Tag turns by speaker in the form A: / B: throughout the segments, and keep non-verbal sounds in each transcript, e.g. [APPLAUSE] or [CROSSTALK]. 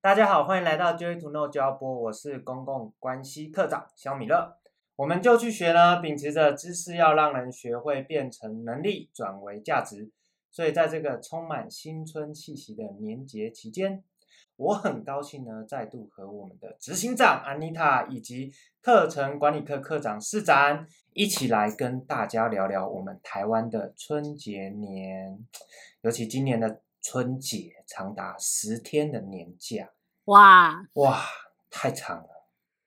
A: 大家好，欢迎来到 Joy to Know 教播，我是公共关系课长肖米勒。我们就去学呢，秉持着知识要让人学会变成能力，转为价值。所以在这个充满新春气息的年节期间，我很高兴呢，再度和我们的执行长安妮塔以及课程管理课课长施展一起来跟大家聊聊我们台湾的春节年，尤其今年的春节长达十天的年假，
B: 哇，
A: 哇，太长了。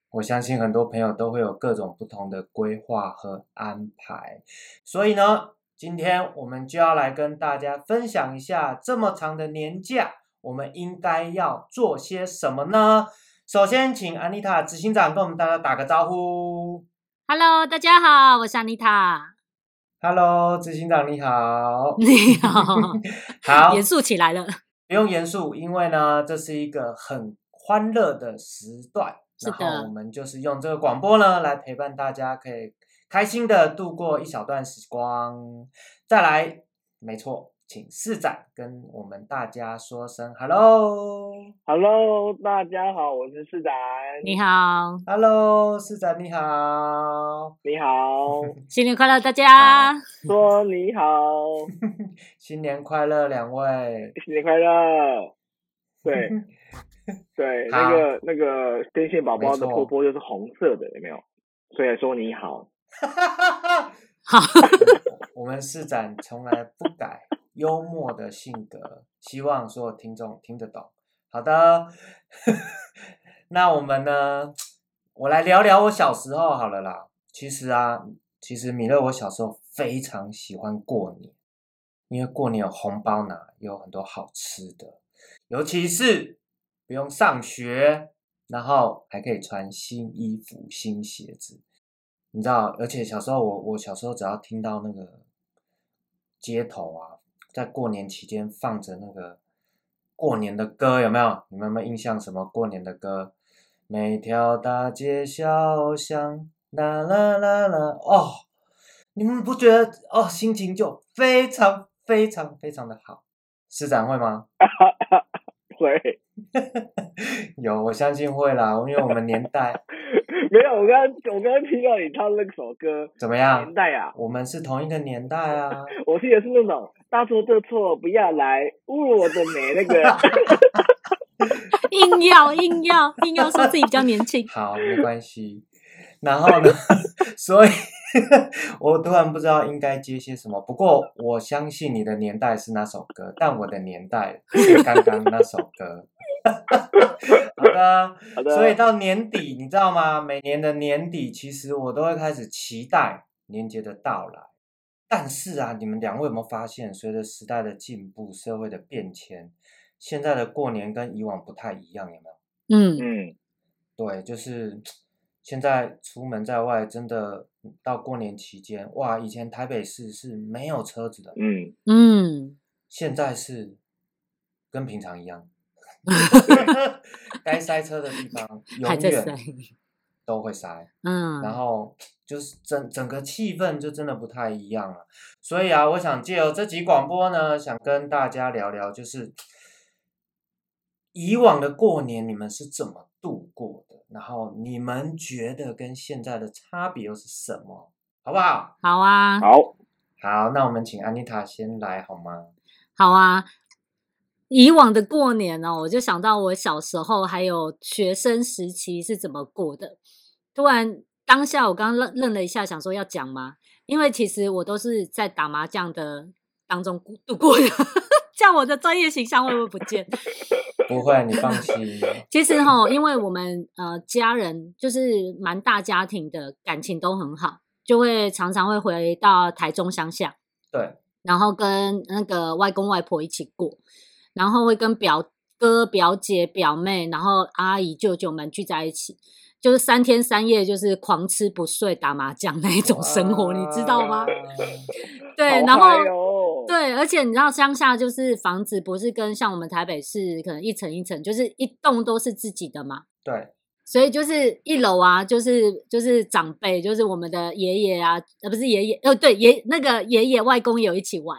A: 我相信很多朋友都会有各种不同的规划和安排，所以呢，今天我们就要来跟大家分享一下这么长的年假，我们应该要做些什么呢？首先，请安妮塔执行长跟我们大家打个招呼。
B: Hello，大家好，我是 Anita。
A: Hello，执行长你好，
B: 你好，
A: [LAUGHS] 好，
B: 严肃起来了。
A: 不用严肃，因为呢，这是一个很欢乐的时段。
B: 是的
A: 然后我们就是用这个广播呢，来陪伴大家，可以开心的度过一小段时光。再来，没错，请市长跟我们大家说声 hello，hello，
C: Hello，大家好，我是市长。
B: 你
A: 嗯
B: 好，
A: 市长你好，
C: 你好，
B: [LAUGHS] 新年快乐，大家！
C: 说你好，
A: 新年快乐，两位。
C: 新年
B: [LAUGHS]
C: 快乐。对
A: [LAUGHS]
C: 对，
A: 好
C: 那个那个天线宝
A: 没
C: 宝的
A: 错
C: 波波就是红色的，有没有？所以说你好， [LAUGHS]
B: 好，
A: 我们市长从来不改幽默的性格，希望所有听众听得懂。好的， [LAUGHS] 那我们呢？我来聊聊我小时候好了啦。其实啊，其实米勒我小时候非常喜欢过年，因为过年有红包拿，有很多好吃的，尤其是不用上学，然后还可以穿新衣服、新鞋子。你知道，而且小时候我我小时候只要听到那个街头啊，在过年期间放着那个过年的歌，有没有？你们有没有印象？什么过年的歌？每条大街小巷，啦啦啦啦，哦，你们不觉得哦，心情就非常非常非常的好？师长会吗？
C: 对，
A: 有，我相信会啦，因为我们年
C: [LAUGHS]
A: 代
C: 没有，我刚刚我刚刚听到你唱那首歌，
A: 怎么样
C: 年？代啊，
A: 我们是同一个年代啊。，
C: 我记得是那种大错特错不要来侮辱我的美那个，
B: 硬要硬要硬要说自己比较年轻
A: 好，没关系。然后呢， [LAUGHS] 所以我突然不知道应该接些什么。不过我相信你的年代是那首歌，但我的年代是刚刚那首歌。 [LAUGHS] 好的，啊
C: 好的，
A: 所以到年底，你知道吗？每年的年底，其实我都会开始期待年节的到来。但是啊，你们两位有没有发现，随着时代的进步、社会的变迁，现在的过年跟以往不太一样，有没有？
B: 嗯，
C: 嗯，
A: 对，就是现在出门在外，真的到过年期间，哇，以前台北市是没有车子的，
C: 嗯，
B: 嗯，
A: 现在是跟平常
B: [LAUGHS]
A: 一样，该塞车的地方永
B: 还在塞
A: 远都会塞，然
B: 嗯，
A: 后就是整整个气氛就真的不太一样了。所以啊，我想借由这集广播呢，想跟大家聊聊，就是以往的过年你们是怎么度过的，然后你们觉得跟现在的差别又是什么，好不好？
B: 好啊，
C: 好，
A: 好，那我们请安妮塔先来好吗？
B: 好啊。以往的过年呢、我就想到我小时候还有学生时期是怎么过的。突然当下我刚愣愣了一下，想说要讲吗？因为其实我都是在打麻将的当中过 [LAUGHS] 度过的，这样我的专业形象会不会不见？
A: 不会，你放
B: [LAUGHS]
A: 心。
B: 其实哈，因为我们呃家人就是蛮大家庭的，感情都很好，就会常常会回到台中乡下，
A: 对，
B: 然后跟那个外公外婆一起过，然后会跟表哥、表姐、表妹，然后阿姨、舅舅们聚在一起，就是三天三夜，就是狂吃不睡、打麻将那一种生活，你知道吗
A: 哇？？
B: 对，
C: 好
B: 然后。
C: 嗨哦，
B: 对，而且你知道乡下就是房子不是跟像我们台北市可能一层一层，就是一栋都是自己的嘛，
A: [LAUGHS] 对，
B: 所以就是一楼啊，就是就是长辈，就是我们的爷爷啊，呃，不是爷爷，呃，对爷那个爷爷外公有一起玩，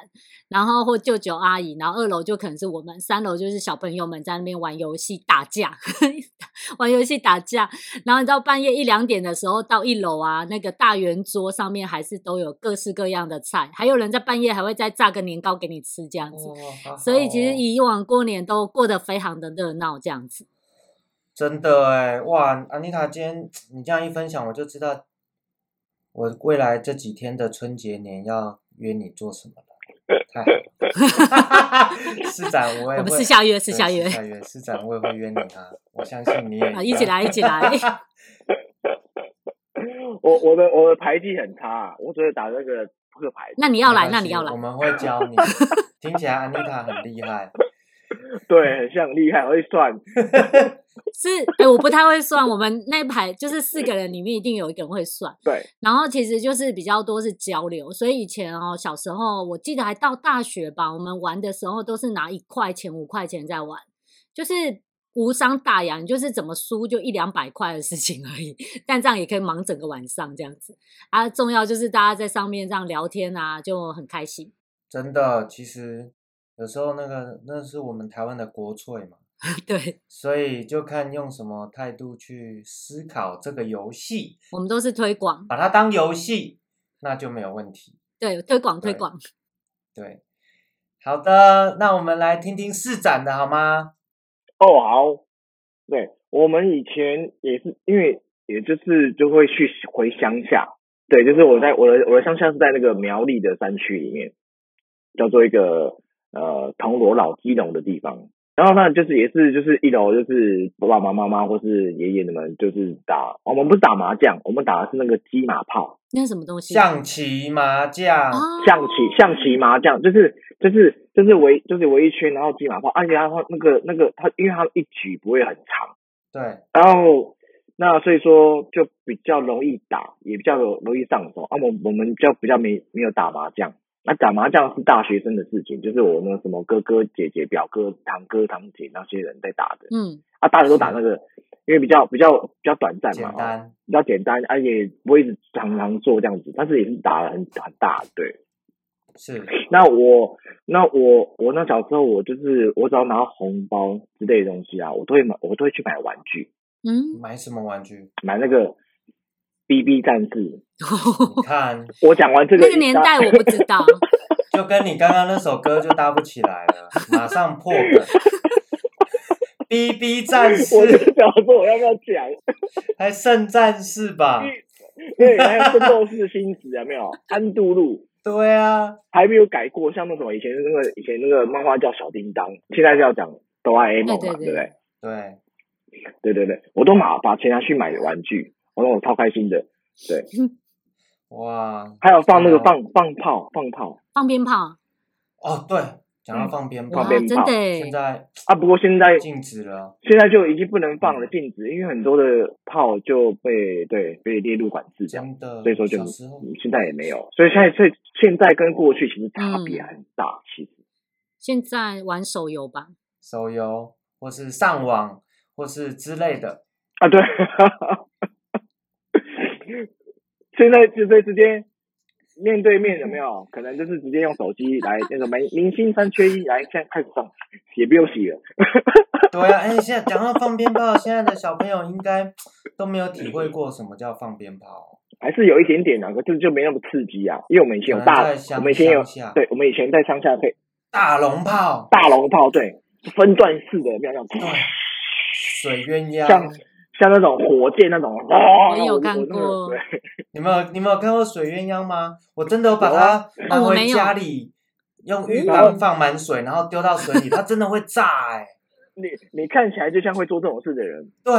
B: 然后或舅舅阿姨，然后二楼就可能是我们，三楼就是小朋友们在那边玩游戏打架， [LAUGHS] 玩游戏打架，然后你到半夜一两点的时候到一楼啊，那个大圆桌上面还是都有各式各样的菜，还有人在半夜还会再炸个年糕给你吃这样子，
A: 哦好
B: 所以其
A: 好
B: 实
A: 哦
B: 以往过年都过得非常的热闹这样子。
A: 真的哎，哇，安妮塔，今天你这样一分享，我就知道我未来这几天的春节年要约你做什么了。太
B: [LAUGHS]
A: 好了，市长我也
B: 我
A: 会，
B: 们私下约，私
A: 对
B: 下约
A: 私，下约，市长我也会约你啊，我相信你也
B: 好，啊
A: 样
B: 一起来，一起
A: [LAUGHS]
B: 来。
C: 我我的我的牌技很差、啊我只会打那个扑克牌。
B: 那你要来，
A: 没关系
B: 那你要来
A: 我。们会教你。听起来安妮塔很厉害，
C: 对，很像很厉害，我会算。
B: 是，哎、我不太会算。我们那排就是四个人里面一定有一个人会算，
C: 对，
B: 然后其实就是比较多是交流。所以以前哦，小时候我记得还到大学吧，我们玩的时候都是拿一块钱、五块钱在玩，就是无伤大雅，你就是怎么输就一两百块的事情而已。但这样也可以忙整个晚上这样子啊。重要就是大家在上面这样聊天啊，就很开心。 [LAUGHS]
A: 真的。其实有时候那个那是我们台湾的国粹嘛，
B: 对
A: 所以就看用什么态度去思考这个游戏。
B: 我们都是推广，
A: 把它当游戏，那就没有问题。
B: 对推广推
A: 对
B: 广。
A: 对，好的，那我们来听听市长的好吗？
C: 哦，好，对，我们以前也是，因为也就是就会去回乡下，对，就是我在我的我的乡下是在那个苗栗的山区里面，叫做一个呃铜锣老基隆的地方。然后呢，就是也是就是一楼就是爸爸妈妈或是爷爷们就是打，我们不是打麻将，我们打的是那个鸡马炮。
B: 那是什么东西？啊
C: 嗯
A: 象棋、麻将，
B: 哦
C: 象棋、象棋、麻将，就是就是就是围就是围一圈，然后击马炮，而且它那个那个它，因为它一局不会很长，
A: 对，
C: 然后那所以说就比较容易打，也比较容易上手。啊，我我们就比较没没有打麻将，那打麻将是大学生的事情，就是我那个什么哥哥姐姐、表哥、堂哥堂姐那些人在打的，
B: 嗯，
C: 啊，大家都打那个，因为比较比较比较短暂
A: 简，
C: 嘛哦
A: 单，
C: 比较简单，而、且不会一直常常做这样子，但是也是打的很很大，对。
A: 是
C: 那我那我我那小时候我就是我只要拿到红包之类的东西啊，我都会买，我都会去买玩具，
A: [LAUGHS]
B: 嗯，
A: 买什么玩具？
C: 买那个 BB 战士。
A: 你看，
C: 我讲完这个
B: 那个年代我不知道，
A: 就跟你刚刚那首歌就搭不起来了，马上破梗。B B 战
C: [LAUGHS] 我就
A: 士
C: 想说我要不要讲， [LAUGHS]
A: 还圣战士吧？
C: 嗯对，还有《圣斗士星矢》有没有？安度路
A: 对啊，
C: 还没有改过，像那什么以前那个以前那个漫画叫小叮当，现在是要讲哆啦 A 梦嘛，
B: 对对对
C: 对不对？
A: 对，
C: 对对对，我都拿把钱拿去买玩具，我让我超开心的。
A: 哇，
C: 还有放那
B: 哦
A: 对啊
C: 个放放炮放炮
B: 放鞭炮，
A: 哦，对，讲到
C: 嗯
A: 放鞭炮
B: 哇，
C: 放，鞭
B: 真
C: 炮
B: 的欸
A: 现
B: 耶
A: 在
C: 啊！不过现在
A: 禁止了。
C: 现在就已经不能放了
A: 嗯
C: 禁止，因为很多的炮就被对被列入管制这样，
A: 真的，
C: 所以说就
A: 小时候
C: 嗯现在也没有，所以现在所以现在跟过去其实差别很大，
A: 嗯
C: 其实
B: 现在玩手游吧，
A: 手游或是上网或是之类的，
C: 啊对， [LAUGHS] 现在直接直接面对面有没有？可能就是直接用手机来那个明明星三缺一来现在开始上，也不用洗了，
A: 对啊，哎、现在讲到放鞭炮，现在的小朋友应该都没有体会过什么叫放鞭炮，
C: 还是有一点点啊，可是就没那么刺激啊，因为我们以前有大
A: 可能在，乡
C: 我们以前有
A: 乡下
C: 对，我们以前在乡下可以
A: 大龙炮，
C: 大龙炮，对，分段式的，没有那种
A: 对，水鸳
C: 像
A: 鸯，
C: 像那种火箭那种，哦，
B: 我有
C: 那
B: 看
C: 那个
B: 过
C: 对
A: 你们有你们有看过水鸳鸯吗？我真的有把
C: 有啊
A: 它拿
B: 嗯我没
A: 回
B: 有
A: 家里，用浴
C: 有啊
A: 缸放满水，然后丢到水里，它真的会炸哎、
C: 你你 [LAUGHS] 看起来就像会做这种事的人，
A: 对，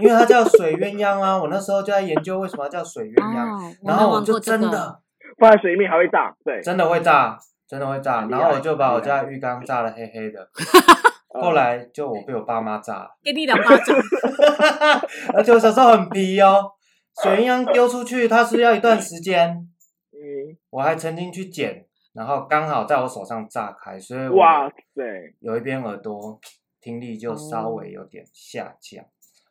A: 因为它叫水鸳�鸯啊，我那时候就在研究为什么要叫水鸳鸯，
B: 哦，
A: 然
B: 没
A: 后我
B: 玩
A: 就
B: 过这
A: 真的。
B: 个，
C: 放在水里面还会炸，对。
A: [LAUGHS] 真的会炸，真的会炸。
C: 很厉
A: 然
C: 害
A: 后我就把我
C: 很厉害
A: 家浴缸炸的黑黑的，
C: 呃
A: 后来就我被我爸妈炸了， [LAUGHS]
B: 给你两巴掌，
A: 而且我小时候很皮哦，水鸳鸯丢出去它是要一段时间，
C: 嗯，
A: 我还曾经去捡，然后刚好在我手上炸开，所以我
C: 哇塞，
A: 有一边耳朵听力就稍微有点下降。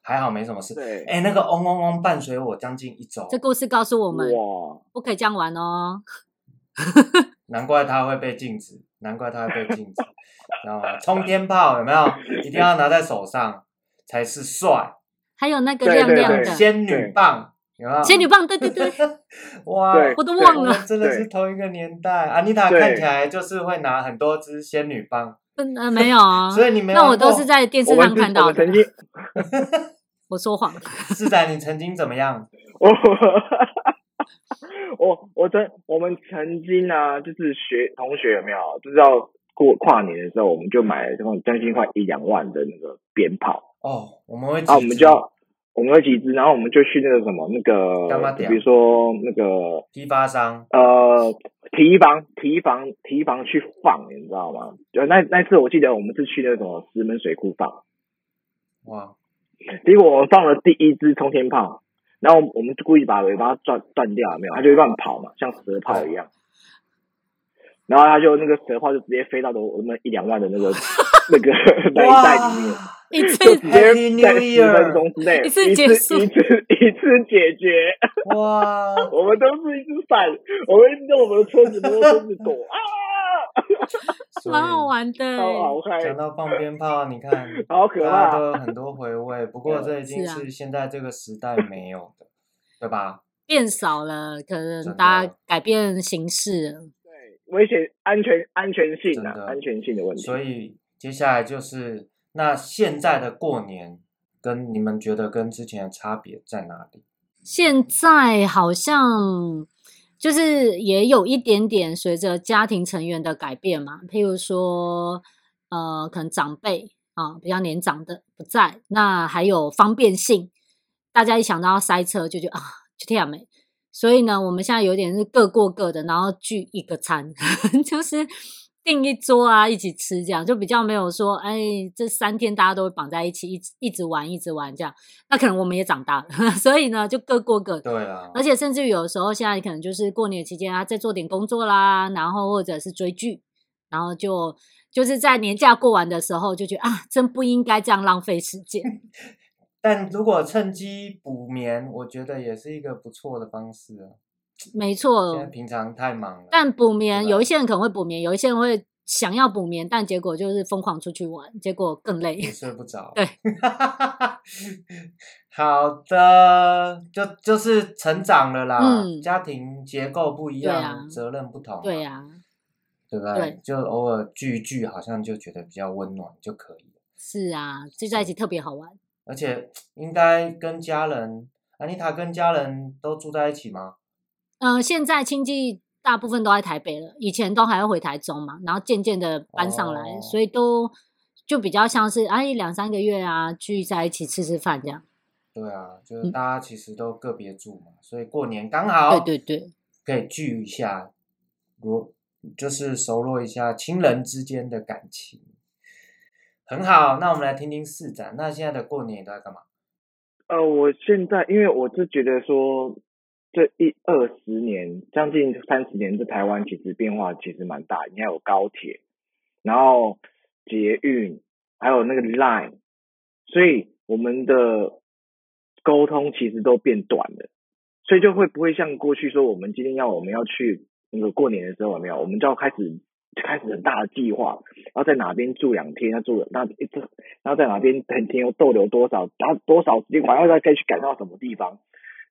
A: 还好没什么事。
C: 哦对，
A: 哎，那个嗡嗡嗡伴随我将近一周，
B: 这故事告诉我们，
C: 哇，
B: 不可以这样玩哦。
A: 难怪它会被禁止，难怪它会被禁止， [LAUGHS] 知道吗？冲天炮有没有？一定要拿在手上才是帅，
B: 还有那个
C: 对
B: 亮
C: 对
B: 亮
C: 对
B: 的
A: 仙女棒有没有？
B: 仙女棒，对对对，
A: 哇，
C: 对
B: 我都忘
A: 我
B: 了。
A: 们真的是同一个年代。安妮塔看
C: 对
A: 起来就是会拿很多支仙女棒，
B: 嗯呃，没有啊，
A: 所以你没
B: 那我
A: 玩过
B: 都是在电视
C: 我们
B: 上
C: 是
B: 看
C: 我
B: 到
C: 们
B: 的
C: 曾。经， [LAUGHS]
B: 我说谎，
A: 是仔，你曾经怎么样？
C: 我我我曾我们曾经啊，就是学同学有没有，就是要过跨年的时候，我们就买了这种将近快一两万的那个鞭炮
A: 哦，我们会
C: 啊，我
A: 集资
C: 们就要我们会集资，然后我们就去那个什么那
A: 干嘛
C: 个，
A: 屌
C: 就比如说那个
A: 批发商，
C: 呃提防提防提防去放，你知道吗？就那那次我记得我们是去那种石门水库放，
A: 哇，
C: 结果我们放了第一支冲天炮，然后我们就故意把尾巴断断掉，有没有？它就会乱跑嘛，像蛇炮一样。然后它就那个蛇炮就直接飞到我们一两万的那个那个那一袋里面，
A: 哇
B: 一次
C: 就直
A: ，Happy
C: 接
A: New
C: 在
A: Year
C: 十分钟之内
B: 一次
C: 一
B: 结
C: 次
B: 束
C: 一次一次解决。
A: 哇，
C: 我们都是一只伞，我们一直用我们的车子摸车子
B: [LAUGHS]
C: 躲啊，
A: 所以
B: 蛮 [LAUGHS] 好玩的欸。
C: 好好嗨
A: 讲，到放鞭炮，你看
C: 好可
A: 大家
C: 怕
A: 都。有很多回味，不过这已经
B: 啊是啊
A: 是现在这个时代没有的，对吧？
B: 变少了，可能
A: 真
B: 大家
A: 的
B: 改变形式了。
C: 对，危险安全安全性
A: 真
C: 啊
A: 的，
C: 安全性的问题。
A: 所以接下来就是那现在的过年跟你们觉得跟之前的差别在哪里？
B: 现在好像就是也有一点点随着家庭成员的改变嘛，譬如说，呃，可能长辈啊、比较年长的不在，那还有方便性，大家一想到要塞车就觉得啊，就这样没。所以呢，我们现在有点是各过各的，然后聚一个餐， [LAUGHS] 就是订一桌啊，一起吃这样，就比较没有说，哎，这三天大家都会绑在一起，一直一直玩，一直玩这样。那可能我们也长大了， [LAUGHS] 所以呢，就各过各的。
A: 对啊，
B: 而且甚至于有的时候，现在可能就是过年期间啊，在做点工作啦，然后或者是追剧，然后就就是在年假过完的时候，就觉得啊，真不应该这样浪费时间。
A: 但如果趁机补眠，我觉得也是一个不错的方式啊。
B: 没
A: 现在
B: 错，
A: 平常太忙了，
B: 嗯但补
A: 啊对
B: 眠，
A: 吧
B: 有一些人可能会补眠，有一些人会想要补眠，但结果就是疯狂出去玩，结果更累。 [LAUGHS]
A: 也睡不着。
B: 对，
A: [LAUGHS] 好的，就就是成长了啦，
B: 嗯
A: 家庭结构不一
B: 对
A: 样，
B: 啊
A: 责任不同嘛，
B: 对啊呀、
A: 对不对？
B: 对
A: 就偶尔聚一聚，好像就觉得比较温暖就可以了。
B: 是啊，聚在一起特别好玩。
A: 而且应该跟家人，安妮塔跟家人都住在一起吗？
B: 嗯、现在亲戚大部分都在台北了，以前都还要回台中嘛，然后渐渐的搬上来，
A: 哦
B: 所以都就比较像是哎两三个月啊聚在一起吃吃饭这样。
A: 对啊，就是
B: 嗯
A: 大家其实都个别住嘛，所以过年刚好
B: 对对对，
A: 可以聚一下，如就是熟络一下亲人之间的感情，很好。那我们来听听市长，那现在的过年都在干嘛？
C: 呃，我现在因为我是觉得说，这一二十年，将近三十年，这台湾其实变化其实蛮大。你看有高铁，然后捷运，还有那个 Line，所以我们的沟通其实都变短了，所以就会不会像过去说，我们今天要我们要去那个过年的时候有没有，我们就要开始开始很大的计划，要在哪边住两天，要住那一这然后在哪边很停留逗留多少，然后多少时间，还要再再去赶到什么地方，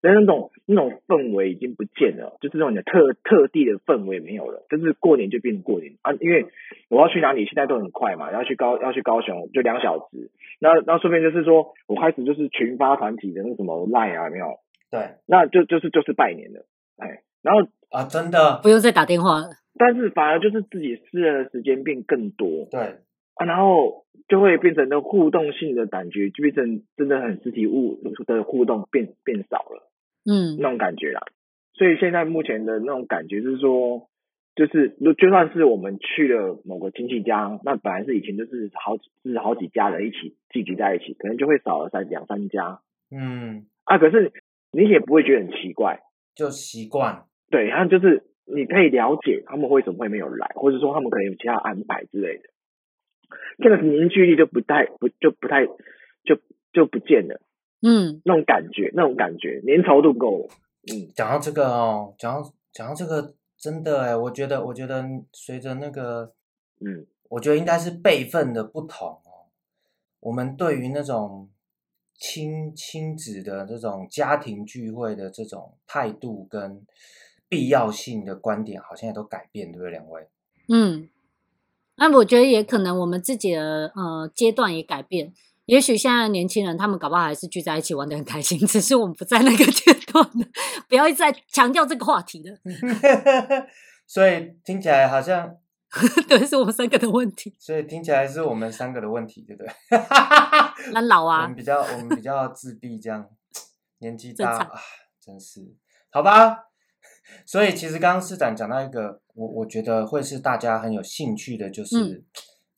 C: 那那种那种氛围已经不见了，就是那种的特特地的氛围没有了，就是过年就变成过年啊，因为我要去哪里现在都很快嘛，要去高要去高雄就两小时，那那顺便就是说我开始就是群发团体的那什么 line 啊有没有，
A: 对
C: 那就就是就是拜年了，哎，然后
A: 啊，真的
B: 不用再打电话了。
C: 但是反而就是自己私人的时间变更多，
A: 对，
C: 啊，然后就会变成那互动性的感觉，就变成真的很肢体物的互动变变少了
B: 嗯，
C: 那种感觉啦。所以现在目前的那种感觉是说，就是如就算是我们去了某个亲戚家，那本来是以前就是好就是好几家人一起聚集在一起，可能就会少了三两三家
A: 嗯，
C: 啊。可是你也不会觉得很奇怪，
A: 就习惯，
C: 对，然后就是你可以了解他们为什么会没有来，或者说他们可能有其他安排之类的，这个凝聚力就不太不就不太就就不见了。
B: 嗯，
C: 那种感觉，那种感觉，粘稠度够。嗯，
A: 讲到这个哦，讲到讲到这个，真的哎，我觉得我觉得随着那个，
C: 嗯，
A: 我觉得应该是辈分的不同哦，我们对于那种亲亲子的这种家庭聚会的这种态度跟必要性的观点，好像也都改变，对不对，两位？ [LAUGHS]
B: 嗯，那我觉得也可能我们自己的呃阶段也改变，也许现在的年轻人他们搞不好还是聚在一起玩的很开心，只是我们不在那个阶段了，不要一直在强调这个话题了， [LAUGHS]
A: 所以听起来好像，
B: 对，是我们三个的问题，
A: 所以听起来是我们三个的问题，对不 [LAUGHS] 对？
B: 那老
A: 我
B: 啊
A: 们，比较我们比较自闭，
B: [LAUGHS]
A: 这样年纪
B: 正
A: 大
B: 常
A: 啊，真是好吧。 [LAUGHS] 所以其实刚刚市长讲到一个，我我觉得会是大家很有兴趣的，就是
B: 嗯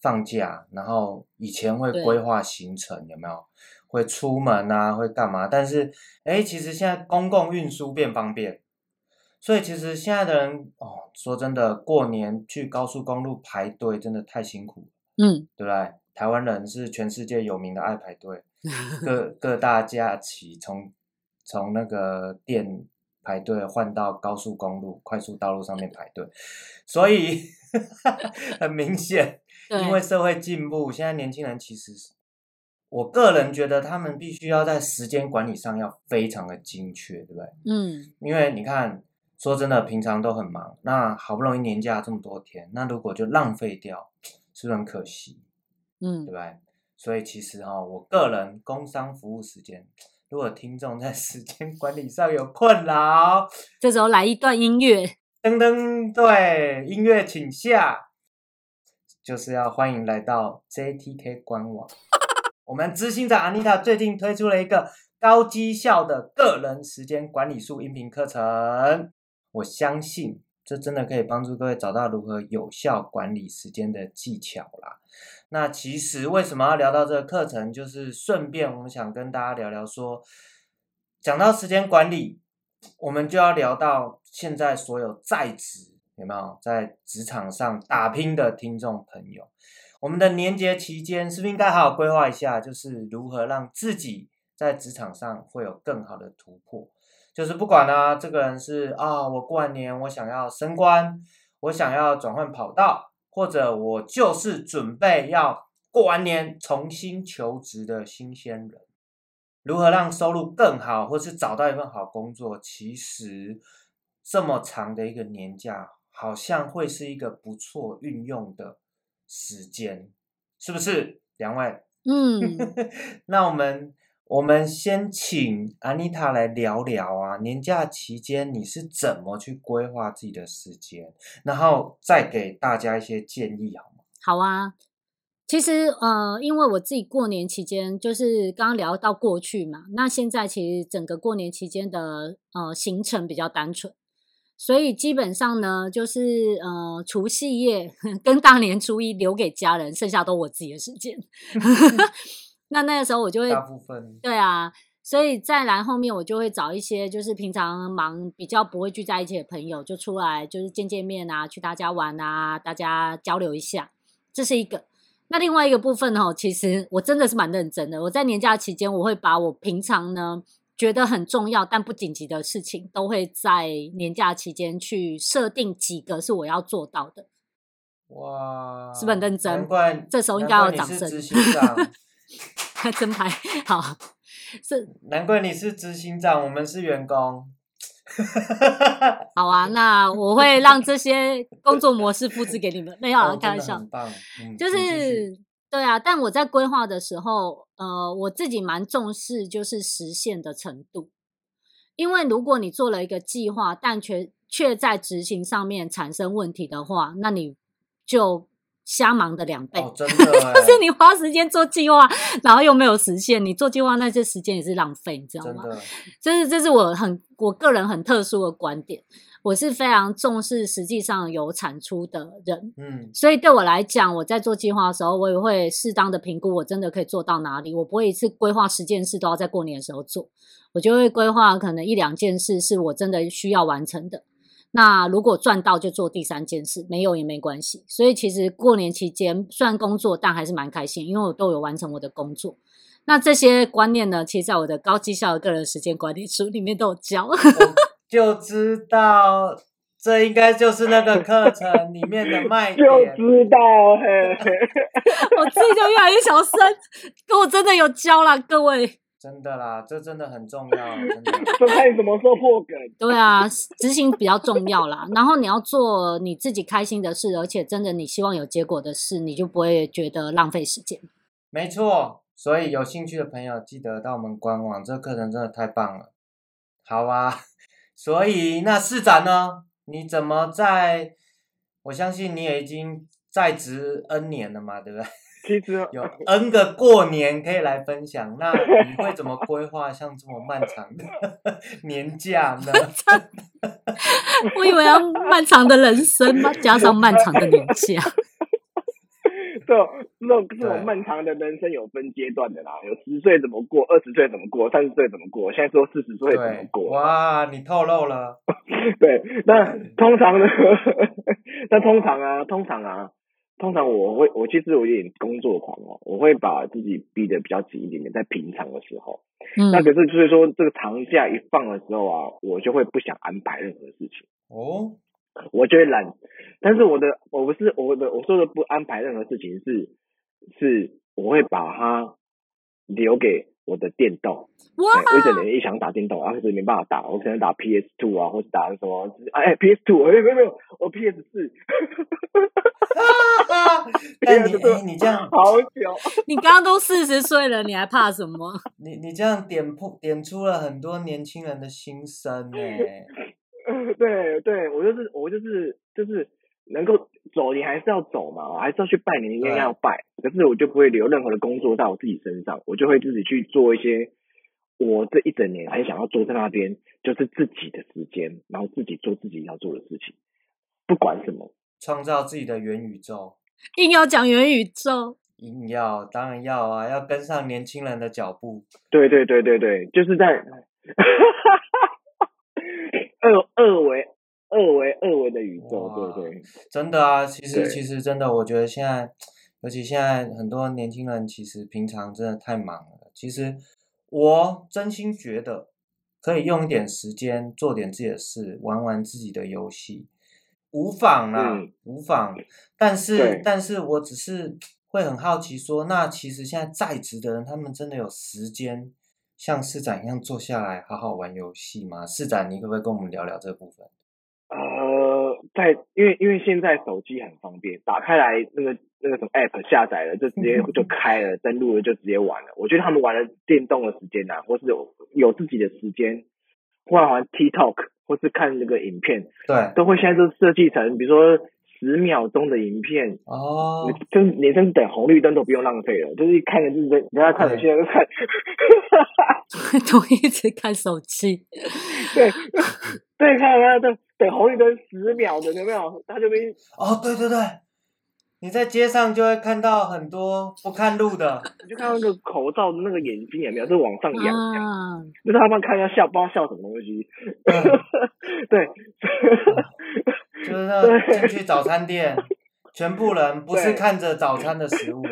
A: 放假，然后以前会
B: 对
A: 规划行程，有没
B: 嗯
A: 有？会出门啊，会干嘛？但是，哎，其实现在公共运输变方便，所以其实现在的人哦，说真的，过年去高速公路排队真的太辛苦了。
B: 嗯，
A: 对不对？台湾人是全世界有名的爱排队，各各大假期从从那个店排队换到高速公路、快速道路上面排队，所以很明显，
B: 对
A: 因为社会进步，现在年轻人其实是，我个人觉得他们必须要在时间管理上要非常的精确，对不对？
B: 嗯，
A: 因为你看，说真的，平常都很忙，那好不容易年假这么多天，那如果就浪费掉，是不是很可惜？
B: 嗯
A: 对不，对？所以其实哈、我个人工商服务时间，如果听众在 [LAUGHS] 时间管理上有困扰，
B: 这时候来一段音
A: [LAUGHS]
B: 乐，
A: 噔噔，对，音乐请下，就是要欢迎来到 JTK 官网。我们执行长 Anita 最近推出了一个高绩效的个人时间管理术音频课程，我相信这真的可以帮助各位找到如何有效管理时间的技巧啦。那其实为什么要聊到这个课程，就是顺便我们想跟大家聊聊说，讲到时间管理，我们就要聊到现在所有在职有没有在职场上打拼的听众朋友，我们的年节期间是不是应该好好规划一下，就是如何让自己在职场上会有更好的突破？就是不管啊，这个人是啊，我过完年我想要升官，我想要转换跑道，或者我就是准备要过完年重新求职的新鲜人，如何让收入更好，或是找到一份好工作，其实这么长的一个年假，好像会是一个不错运用的时间，是不是？两位，
B: 嗯，
A: 那我们我们先请安妮塔来聊聊啊，年假期间你是怎么去规划自己的时间，然后再给大家一些建议好吗？
B: 好啊。其实呃，因为我自己过年期间，就是刚刚聊到过去嘛，那现在其实整个过年期间的呃行程比较单纯，所以基本上呢，就是呃除夕夜 [LAUGHS] 跟大年初一留给家人，剩下都我自己的时
A: [LAUGHS]
B: 间。 [LAUGHS] 那那个时候我就会
A: 大部分
B: 对啊，所以再来后面我就会找一些就是平常忙比较不会聚在一起的朋友，就出来就是见见面啊，去大家玩啊，大家交流一下，这是一个。那另外一个部分哦，其实我真的是蛮认真的。我在年假期间，我会把我平常呢觉得很重要但不紧急的事情，都会在年假期间去设定几个是我要做到的。 [LAUGHS]
A: 哇，
B: 是不是很认真
A: 难怪
B: 这时候应该要有
A: 难怪你
B: 掌
A: 是
B: 声
A: 执行
B: [LAUGHS]
A: 长，
B: 真拍好，是
A: 难怪你是执行长，我们是员工。
B: 好啊，那我会让这些工作模式复制给你们。没有啊，
A: 哦
B: 开
A: 真
B: 玩
A: 的
B: 笑
A: 很，棒，嗯，
B: 就
A: 请继续
B: 是对啊。但我在规划的时候，呃，我自己蛮重视就是实现的程度，因为如果你做了一个计划，但却却在执行上面产生问题的话，那你就瞎忙的两倍。
A: 哦，真的
B: [LAUGHS]
A: 欸，
B: 就是你花时间做计划，然后又没有实现，你做计划那些时间也是浪费，你知道
A: 真
B: 吗？
A: 的，
B: 这是这是我很我个人很特殊的观点，我是非常重视实际上有产出的人， [LAUGHS]
A: 嗯，
B: 所以对我来讲，我在做计划的时候，我也会适当的评估我真的可以做到哪里，我不会一次规划十件事都要在过年的时候做，我就会规划可能一两件事是我真的需要完成的。那如果赚到就做第三件事，没有也没关系。所以其实过年期间虽然工作，但还是蛮开心，因为我都有完成我的工作。那这些观念呢，其实在我的高绩效的个人时间管理书里面都有教。 [LAUGHS]
A: 就知道这应该就是那个课程里面的卖点。
C: [LAUGHS] 就知道嘿，
B: 我自己就越来越小声，可我真的有教啦，各位。
A: 真的啦，这真的很重要，真的。
C: 就看你什么时候破梗。
B: 对啊，执行比较重要啦。然后你要做你自己开心的事，而且真的你希望有结果的事，你就不会觉得浪费时间。
A: 没错，所以有兴趣的朋友记得到我们官网，这课程真的太棒了。好啊， [LAUGHS] 所以那市长呢？你怎么在？我相信你也已经在职 N 年了嘛，对不对？
C: 其实 [LAUGHS]
A: 有 N 个过年可以来分享，那你会怎么规划像这么漫长的 [LAUGHS] 年假
C: [LAUGHS]
A: 呢？
B: 我以为要漫长的人生嘛，加上漫长的年啊 [LAUGHS] 假，
C: 这种这种这
A: 对
C: 种漫长的人生有分阶段的啦，有十岁怎么过，二十岁怎么过，三十岁怎么过，现在说四十岁怎么
A: 对，
C: 过，
A: 哇，你透露了，
C: [LAUGHS] 对，那通常呢？ [LAUGHS] 那通常啊，通常啊，通常我会，我其实我有点工作狂哦，我会把自己逼得比较紧一点点，在平常的时候。
B: 嗯
C: 那可是就是说，这个长假一放的时候啊，我就会不想安排任何事情。 [LAUGHS]
A: 哦，
C: 我就会懒。但是我的我不是我的我说的不安排任何事情是是我会把它留给我的电动。 [LAUGHS]
B: 哇
C: 哎，我一整年一想打电动，啊，可是没办法打，我可能打 PS Two 啊，或者打什么哎 PS Two，哎没有没有，我 PS 四，啊
A: 哈哈 [LAUGHS] 但你哎，你这样，
C: [LAUGHS] 好久。
B: 你刚刚都四十岁了，你还怕什么？
A: 你你这样点破点出了很多年轻人的心声欸呢、
C: 对对，我就是我就是就是能够走，你还是要走嘛，我还是要去拜年，应该要拜。可是我就不会留任何的工作在我自己身上，我就会自己去做一些我这一整年很想要做在那边，就是自己的时间，然后自己做自己要做的事情，不管什么。
A: 创造自己的元宇宙，
B: 硬要讲元宇宙，
A: 硬要当然要啊，要跟上年轻人的脚步。
C: 对对对对对，就是在 [LAUGHS] 二二维二维二维的宇宙，
A: 哇
C: 对对，
A: 真的啊，其实
C: 对
A: 其实真的，我觉得现在，尤其现在很多年轻人，其实平常真的太忙了。其实我真心觉得，可以用一点时间做点自己的事，玩玩自己的游戏，无妨啦，
C: 嗯
A: 无妨。但是
C: 对，
A: 但是我只是会很好奇说，那其实现在在职的人，他们真的有时间像市长一样坐下来好好玩游戏吗？市长，你可不可以跟我们聊聊这部分？
C: 呃，在因为因为现在手机很方便，打开来那个那个什么 app 下载了，就直接就开了，登录了就直接玩了。我觉得他们玩了电动的时间啊，或是有有自己的时间，玩玩 TikTok 或是看那个影片，
A: 对，
C: 都会现在都设计成，比如说十秒钟的影片。
A: 哦，
C: 你真连甚至等红绿灯都不用浪费了，就是一看着就是人家看，
A: 对
C: 有些人看， [LAUGHS]
B: 都一直看手机，
C: 对 [LAUGHS] 对，看他等等红绿灯十秒的有没有？他这边
A: 哦，对对对，你在街上就会看到很多不看路
C: [LAUGHS]
A: 的，
C: 你就看到那个口罩的那个眼睛有没有，就往上扬，这样
B: 啊，
C: 就是他们看要笑，不知道笑什么东西。对，
A: [LAUGHS] 就是那进去早餐店，全部人不是
C: 对
A: 看着早餐的食物，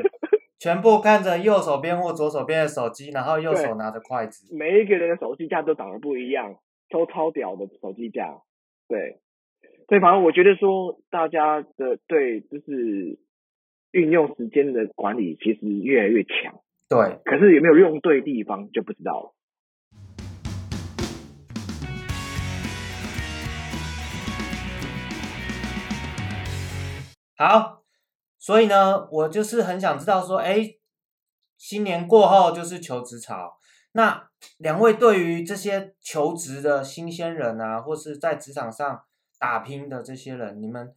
A: 全部看着右手边或左手边的手机，然后右手
C: 对
A: 拿着筷子。
C: 每一个人的手机架都长得不一样，都超屌的手机架。对，对，反正我觉得说大家的对就是运用时间的管理其实越来越强，
A: 对，
C: 可是有没有用对地方就不知道了。
A: 好，所以呢，我就是很想知道说，哎，新年过后就是求职潮，那两位对于这些求职的新鲜人啊，或是在职场上打拼的这些人，你们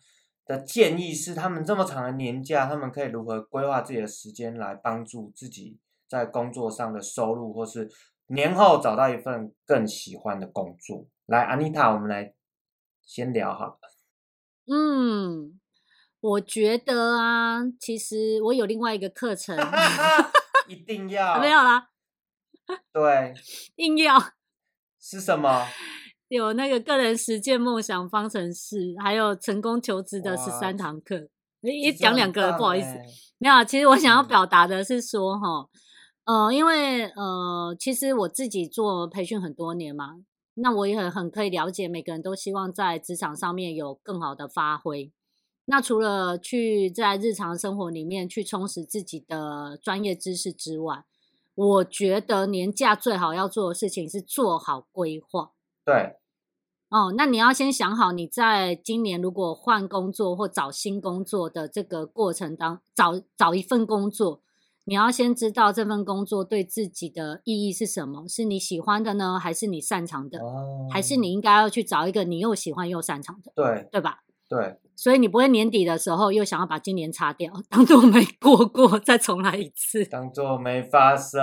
A: 的建议是，他们这么长的年假，他们可以如何规划自己的时间来帮助自己在工作上的收入，或是年后找到一份更喜欢的工作？来，安妮塔，我们来先聊
B: [LAUGHS]
A: 好了。
B: 嗯，我觉得啊，其实我有另外一个课 [LAUGHS] 程，
A: 一定要
B: 没有啦，
A: 对，
B: 硬要
A: 是什么？
B: 有那个个人实践梦想方程式，还有成功求职的
A: 哇
B: 十三堂课。一
A: 一
B: 一讲两个，不好意思，
A: 欸、
B: 没有啊。其实我想要
A: 嗯
B: 表达的是说，哈，呃，因为呃，其实我自己做培训很多年嘛，那我也很很可以了解，每个人都希望在职场上面有更好的发挥。那除了去在日常生活里面去充实自己的专业知识之外，我觉得年假最好要做的事情是做好规划。
A: 对，
B: 哦，那你要先想好，你在今年如果换工作或找新工作的这个过程当，找找一份工作，你要先知道这份工作对自己的意义是什么，是你喜欢的呢，还是你擅长的，
A: 哦，
B: 还是你应该要去找一个你又喜欢又擅长的，
A: 对
B: 对吧？
A: 对，
B: 所以你不会年底的时候又想要把今年擦掉，当做没过过，再重来一次。
A: 当做没发生。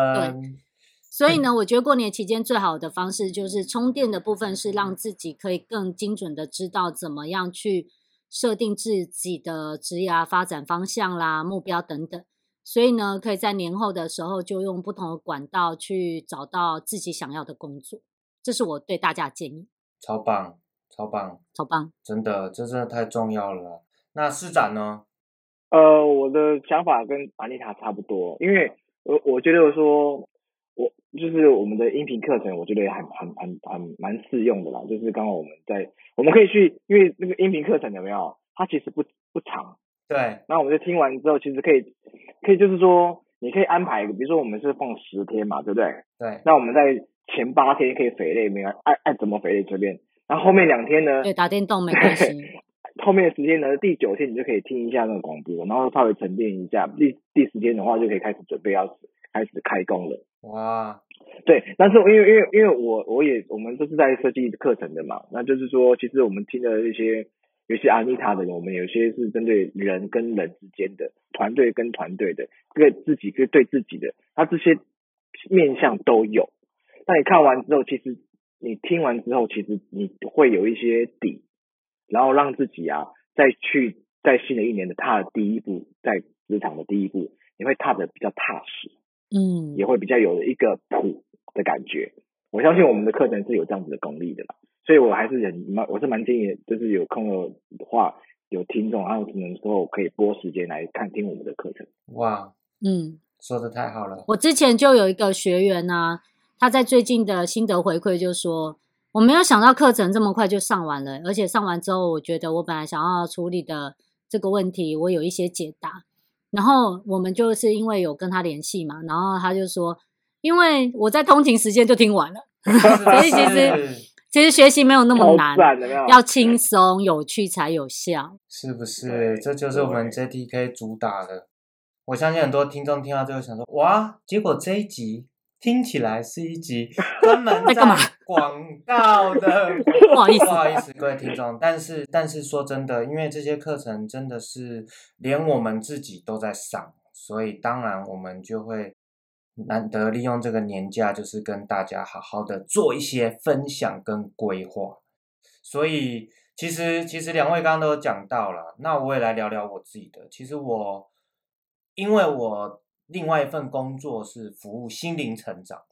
B: 所以呢，我觉得过年期间最好的方式就是充电的部分是让自己可以更精准的知道怎么样去设定自己的职业啊发展方向啦、目标等等。所以呢，可以在年后的时候就用不同的管道去找到自己想要的工作，这是我对大家的建议。
A: 超棒，超棒，
B: 超棒！
A: 真的，这真的太重要了。那施展呢？
C: 呃，我的想法跟安妮塔差不多，因为我我觉得说，我就是我们的音频课程，我觉得很很很很蛮适用的啦。就是刚好我们在，我们可以去，因为那个音频课程有没有？它其实不不长，
A: 对
C: 那我们就听完之后，其实可以可以就是说，你可以安排，比如说我们是放十天嘛，对不对？
A: 对
C: 那我们在前八天可以肥类，没有爱爱怎么肥类随便。然后后面两天呢，
B: 对，打电动没关系。
C: 后面的时间呢，第九天你就可以听一下那个广播，然后稍微沉淀一下。第第十天的话，就可以开始准备要开始开工了。
A: 哇，
C: 对，但是因为因为因为我我也我们都是在设计课程的嘛，那就是说，其实我们听的一些有些阿妮塔的，我们有些是针对人跟人之间的，团队跟团队的，对自己跟对自己的，它这些面向都有。那你看完之后，其实你听完之后，其实你会有一些底，然后让自己啊，再去在新的一年的踏的第一步，在职场的第一步，你会踏的比较踏实。
B: 嗯，
C: 也会比较有一个谱的感觉。我相信我们的课程是有这样子的功力的啦，所以我还是很蛮，我是蛮建议，就是有空的话，有听众，然后可能之后可以拨时间来看听我们的课程。
A: 哇，
B: 嗯。
A: 说的太好了，
B: 我之前就有一个学员呢、他在最近的心得回馈就说，我没有想到课程这么快就上完了，而且上完之后，我觉得我本来想要处理的这个问题，我有一些解答。然后我们就是因为有跟他联系嘛，然后他就说，因为我在通勤时间就听完了， [LAUGHS] 所以其实其实学习没有那么
C: 超
B: 难，
C: 赞的，啊有没有嗯
B: 要轻松有趣才有效。
A: 是不是？
C: 对
A: 这就是我们
C: 对
A: JTK 主打的。我相信很多听众听到这个想说，哇，结果这一集听起来是一集专门
B: 在干嘛
A: 广告的。
B: 不好意思 [LAUGHS]
A: [LAUGHS] 不好意思，各位听众，但是但是说真的，因为这些课程真的是连我们自己都在上，所以当然我们就会难得利用这个年假，就是跟大家好好的做一些分享跟规划。所以其实其实两位刚刚都有讲到了，那我也来聊聊我自己的。其实我因为我另外一份工作是服务心灵成长，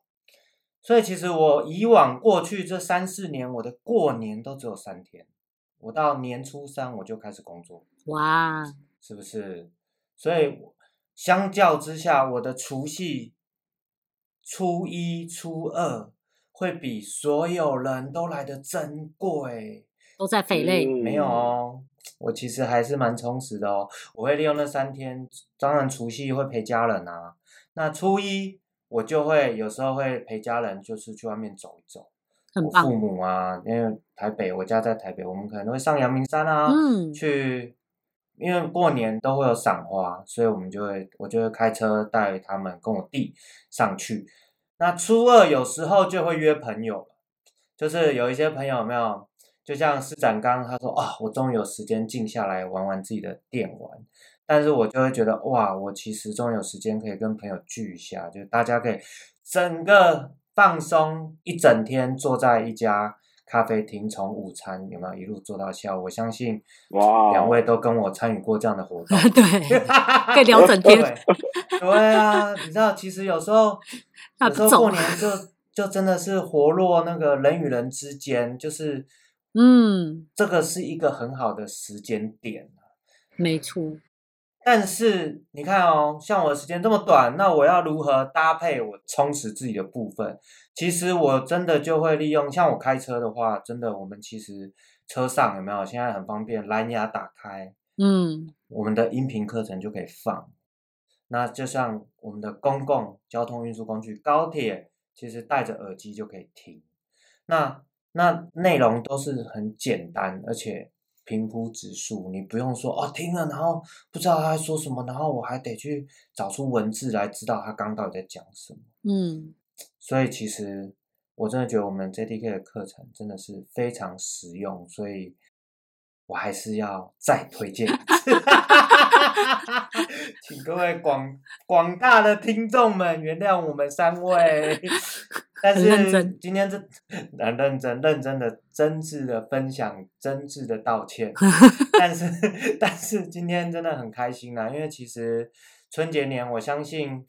A: 所以其实我以往过去这三四年，我的过年都只有三天，我到年初三我就开始工作，
B: 哇，
A: 是不是？所以相较之下，我的除夕、初一、初二会比所有人都来的珍贵。
B: 都在肥累，
C: 嗯
A: 没有哦，我其实还是蛮充实的哦。我会利用那三天，当然除夕会陪家人啊。那初一我就会有时候会陪家人，就是去外面走一走。
B: 很
A: 我
B: 棒
A: 父。母啊，因为台北，我家在台北，我们可能会上阳明山啊，
B: 嗯，
A: 去，因为过年都会有赏花，所以我们就会，我就会开车带他们跟我弟上去。那初二有时候就会约朋友了，就是有一些朋友有没有，就像施展刚他说啊、我终于有时间静下来玩玩自己的电玩，但是我就会觉得哇，我其实终于有时间可以跟朋友聚一下，就大家可以整个放松一整天，坐在一家咖啡厅，从午餐有没有一路做到下午？我相信
C: 哇哦
A: 两位都跟我参与过这样的活动，
B: [LAUGHS] 对，可以聊整天。
A: [LAUGHS] 对对啊，你知道，其实有时候
B: 那
A: 有
B: 不啊
A: 时候
B: 走
A: 过年就就真的是活络那个人与人之间，就是
B: 嗯，
A: 这个是一个很好的时间点。
B: 没错。
A: 啊但是你看哦，像我的时间这么短，那我要如何搭配我充实自己的部分？其实我真的就会利用，像我开车的话，真的我们其实车上有没有现在很方便，蓝牙打开，
B: 嗯，
A: 我们的音频课程就可以放。那就像我们的公共交通运输工具高铁，其实戴着耳机就可以听。那那内容都是很简单，而且平铺直述，你不用说哦听了，然后不知道他在说什么，然后我还得去找出文字来知道他刚到底在讲什么。
B: 嗯，
A: 所以其实我真的觉得我们 JDK 的课程真的是非常实用，所以我还是要再推荐一次， [LAUGHS] 请各位广广大的听众们原谅我们三
B: [LAUGHS]
A: 位。但
B: 很认
A: 是
B: 真
A: 今天这很认真、认真的、真挚的分享、真挚的道歉，但是但是今天真的很开心啦，因为其实春节年，我相信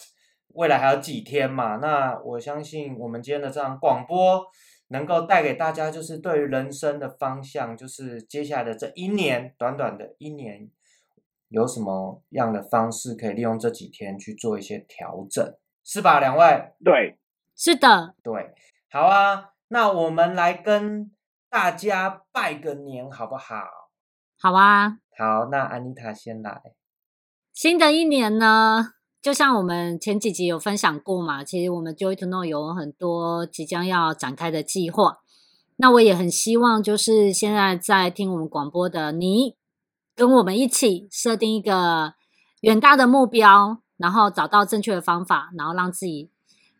A: 未来还有几天嘛，那我相信我们今天的这场广播能够带给大家，就是对于人生的方向，就是接下来的这一年，短短的一年。有什么样的方式可以利用这几天去做一些调整，是吧？两位，
C: 对，
B: 是的，
A: 对，好啊，那我们来跟大家拜个年好不好？
B: 好啊。
A: 好，那安妮塔先来。
B: 新的一年呢，就像我们前几集有分享过嘛，其实我们 Joy to Know 有很多即将要展开的计划。那我也很希望，就是现在在听我们广播的你，跟我们一起设定一个远大的目标，然后找到正确的方法，然后让自己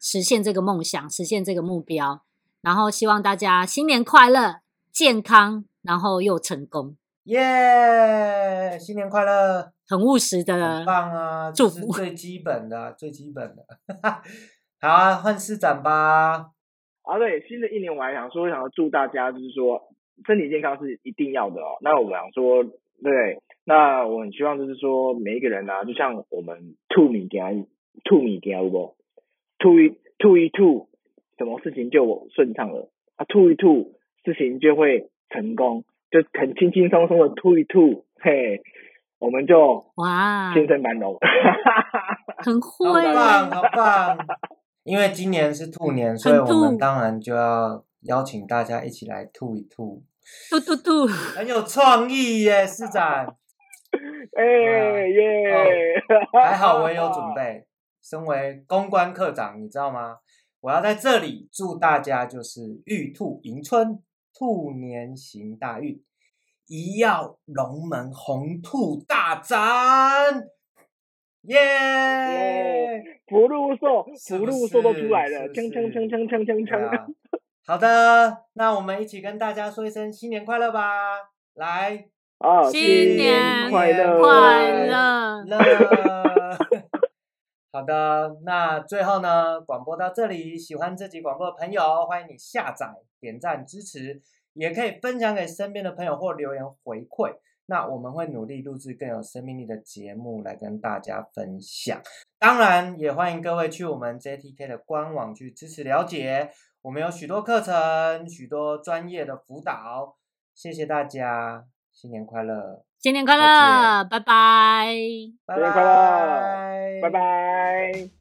B: 实现这个梦想，实现这个目标。然后希望大家新年快乐、健康，然后又成功，
A: 耶、新年快乐！
B: 很务实的
A: 很棒啊，
B: 嗯祝
A: 这
B: 福
A: 是最基本的，最基本的。 [LAUGHS] 好啊，换市长吧。
C: 啊，对，新的一年我还想说，想要祝大家就是说身体健康是一定要的哦。那我想说，对，那我很希望就是说每一个人啊，就像我们吐米羹，吐米羹有不？吐一吐一吐，什么事情就顺畅了啊！吐一吐，事情就会成功，就很轻轻松松的吐一吐，嘿，我们就
B: 哇，
A: 啊
C: 天生繁荣。 [LAUGHS]
B: 很
A: 好
B: 会
A: 棒，好棒！因为今年是兔年，所以我
B: 吐
A: 们当然就要邀请大家一起来吐一吐，
B: 嘟嘟嘟，
A: 很有创意耶，市长。
C: 哎耶！
A: 哦
C: [LAUGHS]
A: 还好我也有准。备。身为公关课长，你知道吗？我要在这里祝大家就是玉兔迎春，兔年行大运，一耀龙门，红兔大展，耶、
C: 福禄寿，
A: 是不
C: 福禄寿都出来
A: 是
C: 了，
A: 是
C: 锵
A: 不
C: 锵
A: 是
C: 锵锵锵锵
A: 对
C: 锵！
A: 啊好的，那我们一起跟大家说一声新年快乐吧！来，
C: 啊，
B: 新年
C: 快乐，
B: 快乐，
A: 乐。好的，那最后呢，广播到这里。喜欢这集广播的朋友，欢迎你下载、点赞支持，也可以分享给身边的朋友或留言回馈。那我们会努力录制更有生命力的节目来跟大家分享。当然，也欢迎各位去我们 JTK 的官网去支持了解，我们有许多课程、许多专业的辅导。谢谢大家，新年快乐！
B: 新年快
A: 再
B: 乐，拜拜。
A: 拜
C: 新
A: 拜，
C: 年快乐拜。拜。